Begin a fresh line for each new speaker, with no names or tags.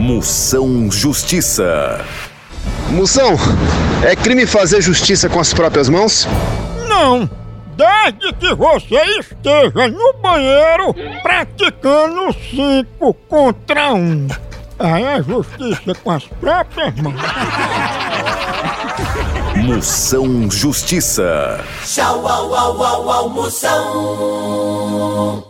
Moção Justiça.
Moção, é crime fazer justiça com as próprias mãos?
Não! Desde que você esteja no banheiro praticando cinco contra um. Aí é justiça com as próprias mãos.
Moção Justiça.
Tchau, au, au, au, almoção.